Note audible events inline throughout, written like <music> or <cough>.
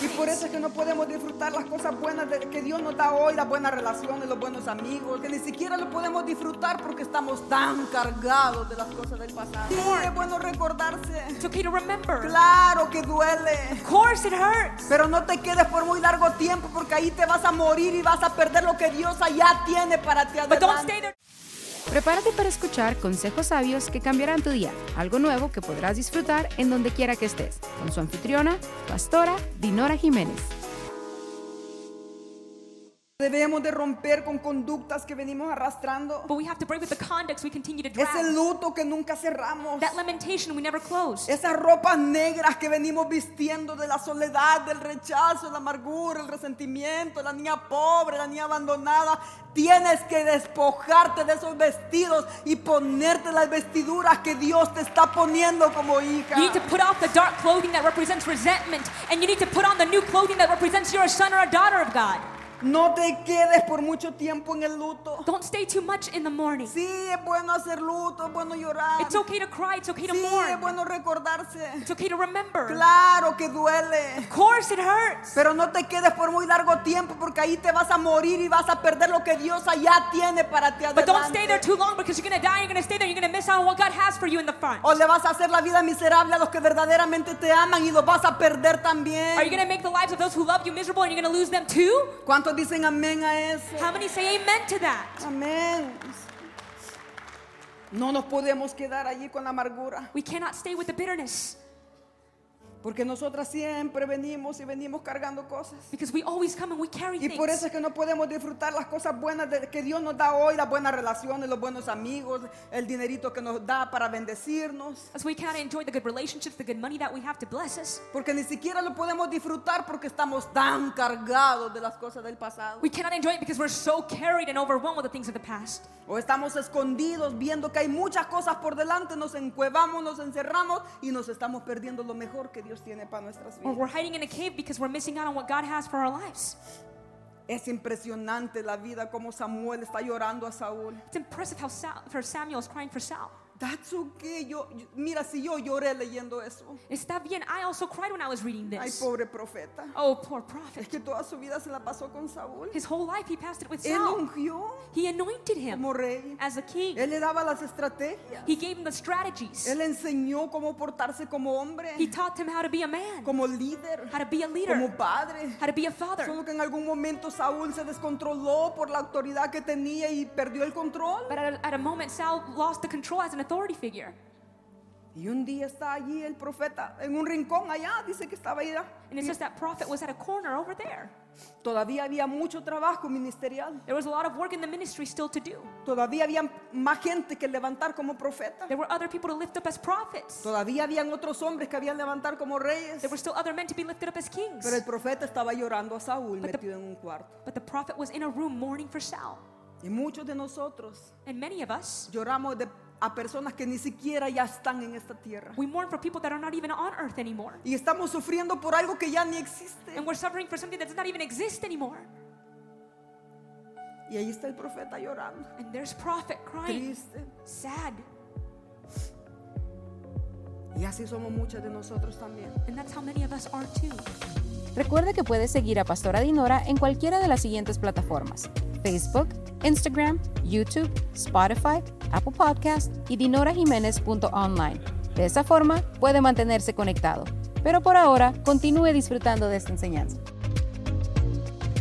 Y por eso es que no podemos disfrutar las cosas buenas de- que Dios nos da hoy, las buenas relaciones, los buenos amigos, que ni siquiera lo podemos disfrutar porque estamos tan cargados de las cosas del pasado. Sí, es bueno recordarse. It's okay to remember. Claro que duele. Of course, it hurts. Pero no te quedes por muy largo tiempo porque ahí te vas a morir y vas a perder lo que Dios allá tiene para ti. But don't adelante. stay there. Prepárate para escuchar consejos sabios que cambiarán tu día, algo nuevo que podrás disfrutar en donde quiera que estés, con su anfitriona, pastora Dinora Jiménez. Debemos de romper con conductas que venimos arrastrando. But we have to break with the conducts we continue to drag. Ese luto que nunca cerramos. That lamentation we never close. Esas ropas negras que venimos vistiendo de la soledad, del rechazo, la amargura, el resentimiento, la niña pobre, la niña abandonada. Tienes que despojarte de esos vestidos y ponerte las vestiduras que Dios te está poniendo como hija. You need to put off the dark clothing that represents resentment, and you need to put on the new clothing that represents you're a son or a daughter of God. No te quedes por mucho tiempo en el luto. Don't stay too much in the morning. Sí, es bueno hacer luto, es bueno llorar. It's okay to cry, it's okay to Sí, es mourn, bueno recordarse. it's okay to remember. Claro que duele. Of course, it hurts. Pero no te quedes por muy largo tiempo porque ahí te vas a morir y vas a perder lo que Dios allá tiene para ti But don't stay there adelante. too long because you're going to die, you're going to stay there, you're going to miss out on what God has for you in the front. O le vas a hacer la vida miserable a los que verdaderamente te aman y los vas a perder Are you también. going to make the lives of those who love you miserable and you're going to lose them too? ¿Cuántos dicen amén a eso? How many say amen to that? Amén. No nos podemos quedar allí con la amargura, We cannot stay with the bitterness porque nosotras siempre venimos y venimos cargando cosas. because we always come and we carry Y por eso things. es que no podemos disfrutar las cosas buenas de- que Dios nos da hoy, las buenas relaciones, los buenos amigos, el dinerito que nos da para bendecirnos. As we cannot enjoy the good relationships, the good money that we have to bless us. Porque ni siquiera lo podemos disfrutar porque estamos tan cargados de las cosas del pasado. We cannot enjoy it because we're so carried and overwhelmed with the things of the past. O estamos escondidos viendo que hay muchas cosas por delante, nos encuevamos, nos encerramos y nos estamos perdiendo lo mejor que Dios tiene para nuestras Or vidas. we're hiding in a cave because we're missing out on what God has for our lives. Es impresionante la vida como Samuel está llorando a Saúl. It's impressive how Sal, for Samuel is crying for Saul. That's okay. Yo, yo- mira, si yo lloré leyendo eso. Está bien, I also cried when I was reading Ay, this. pobre profeta. Oh, poor prophet. Es que toda su vida se la pasó con Saúl. His whole life he passed it with Él Saul. ungió He anointed him como rey. as a king. Él le daba las estrategias. He gave him the strategies. Él le enseñó cómo portarse como hombre. He taught him how to be a man, como líder, how to be a leader, como padre. how to be a father. Solo que en algún momento Saúl se descontroló por la autoridad que tenía y perdió el control. But at a, at a moment, Saul lost the control as an authority figure. Y un día está allí el profeta en un rincón allá, dice que estaba ahí. And it says that prophet was at a corner over there. Todavía había mucho trabajo ministerial. There was a lot of work in the ministry still to do. Todavía había más gente que levantar como profeta. There were other people to lift up as prophets. Todavía habían otros hombres que habían levantar como reyes. There were still other men to be lifted up as kings. Pero el profeta estaba llorando a Saúl But the- metido en un cuarto. But the prophet was in a room mourning for Saul. Y muchos de nosotros And many of us, lloramos de- a personas que ni siquiera ya están en esta tierra. we mourn for people that are not even on earth anymore. Y estamos sufriendo por algo que ya ni existe. And we're suffering for something that does not even exist anymore. Y ahí está el profeta llorando, And there's prophet crying, triste. sad. Y así somos muchas de nosotros también. And that's how many of us are too. Recuerda que puedes seguir a Pastora Dinora en cualquiera de las siguientes plataformas: Facebook, Instagram, YouTube, Spotify, Apple Podcast y dinorajiménez.online. De esa forma puede mantenerse conectado. Pero por ahora, continúe disfrutando de esta enseñanza.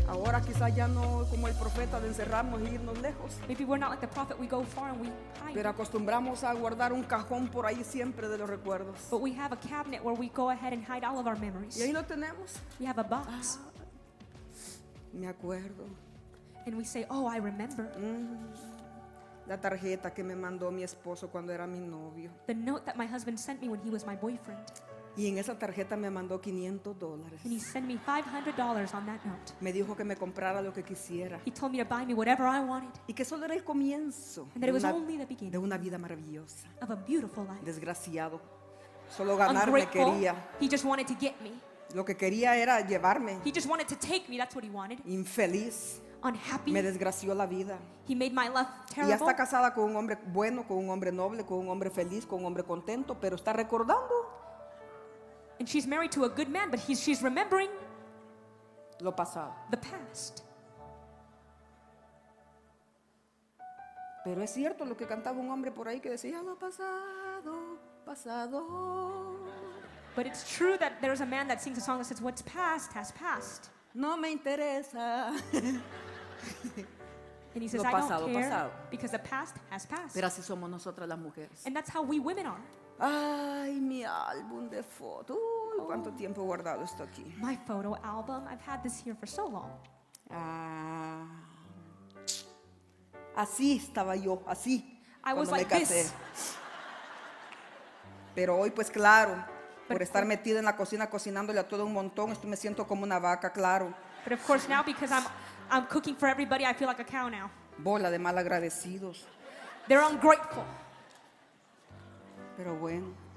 Ahora quizás ya no como el profeta de encerrarnos e irnos lejos, Maybe we're not like the prophet, we go far and we hide. pero acostumbramos a guardar un cajón por ahí siempre de los recuerdos. But we have a cabinet where we go ahead and hide all of our memories. Y ahí lo tenemos. We have a box Me acuerdo. and we say, Oh, I remember La tarjeta que me mandó mi esposo cuando era mi novio. the note that my husband sent me when he was my boyfriend. Y en esa tarjeta me mandó 500 dólares. And he sent me $500 on that note. Me dijo que me comprara lo que quisiera. He told me to buy me whatever I wanted Y que solo era el comienzo And that it was de una- only the beginning. de una vida maravillosa. of a beautiful life. desgraciado. Solo ganarme Ungrateful. quería. He just wanted to get me. Lo que quería era llevarme. He just wanted to take me. That's what he wanted. Infeliz. Unhappy. Me desgració la vida. He made my life Y ya terrible. está casada con un hombre bueno, con un hombre noble, con un hombre feliz, con un hombre contento, pero está recordando And she's married to a good man, but he's, she's remembering lo pasado. the past. Pero es cierto lo que cantaba un hombre por ahí que decía, lo pasado, pasado. But it's true that there's a man that sings a song that says, What's past has passed. No me interesa. <laughs> And he says, Lo I don't pasado, care pasado. because the past has passed. Pero así somos nosotras las mujeres. And that's how we women are. Ay, mi álbum de fotos. Uy, Oh. cuánto tiempo guardado esto aquí. My photo album, I've had this here for so long. Ah. Así estaba yo, así. I was cuando me like this. casé. Pero hoy, pues claro, por Pero- estar metida en la cocina cocinándole a todo un montón, esto me siento como una vaca, claro. But of course, now because I'm, I'm cooking for everybody, I feel like a cow now. Bola de mal agradecidos. They're ungrateful. Pero bueno.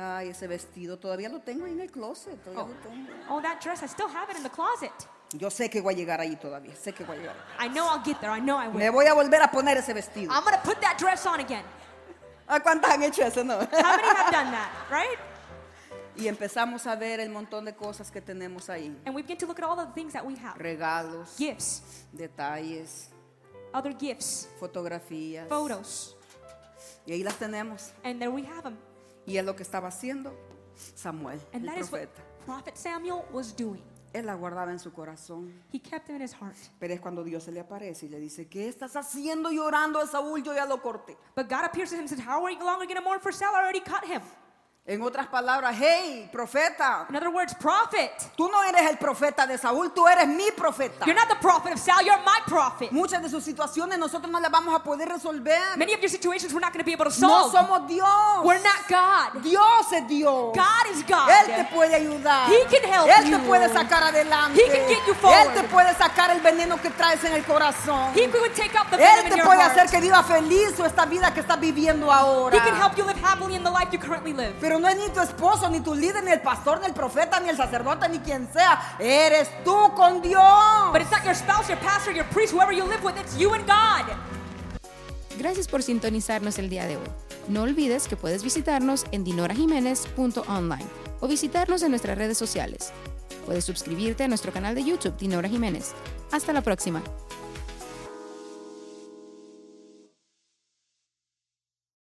Ay, ese vestido todavía lo tengo ahí en el closet. todavía lo tengo. Oh, that dress, I still have it in the closet. Yo sé que voy a llegar ahí todavía. Sé que voy a llegar. I know I'll get there. I know I will. Me voy a volver a poner ese vestido. I'm going to put that dress on again. ¿A Ah, cuántas han hecho eso, no? <laughs> How many have done that, <laughs> right? Y empezamos a ver el montón de cosas que tenemos ahí. And we begin to look at all of the things that we have Regalos, gifts, detalles, other gifts, fotografías. photos. Y ahí las tenemos. And there we have them. Y es lo que estaba haciendo Samuel, And el that is what profeta. Prophet Samuel was doing. Él la guardaba en su corazón. He kept them in his heart. Pero es cuando Dios se le aparece y le dice, ¿qué estás haciendo llorando a Saúl? Yo ya lo corté. But God appears to him and says, How are you longer going to mourn for Saul? I already cut him. En otras palabras, hey, profeta, In other words, prophet. tú no eres el profeta de Saúl, tú eres mi profeta. You're not the prophet of Saul, you're my prophet. Muchas de sus situaciones nosotros no las vamos a poder resolver. Many of your situations we're not going to be able to No solve. somos Dios. We're not God. Dios es Dios. God is God. Él te puede ayudar. He can help Él te you. puede sacar adelante. He can get you forward. Él te puede sacar el veneno que traes en el corazón. He would take out the Él te venom in your puede hacer heart. que viva feliz o esta vida que estás viviendo ahora. He can help you live happily in the life you currently live. Pero no es ni tu esposo, ni tu líder, ni el pastor, ni el profeta, ni el sacerdote, ni quien sea. Eres tú con Dios. But it's not your spouse, your pastor, your priest, whoever you live with. It's you and God. Gracias por sintonizarnos el día de hoy. No olvides que puedes visitarnos en dinorajiménez.online o visitarnos en nuestras redes sociales. Puedes suscribirte a nuestro canal de YouTube Dinora Jiménez. Hasta la próxima.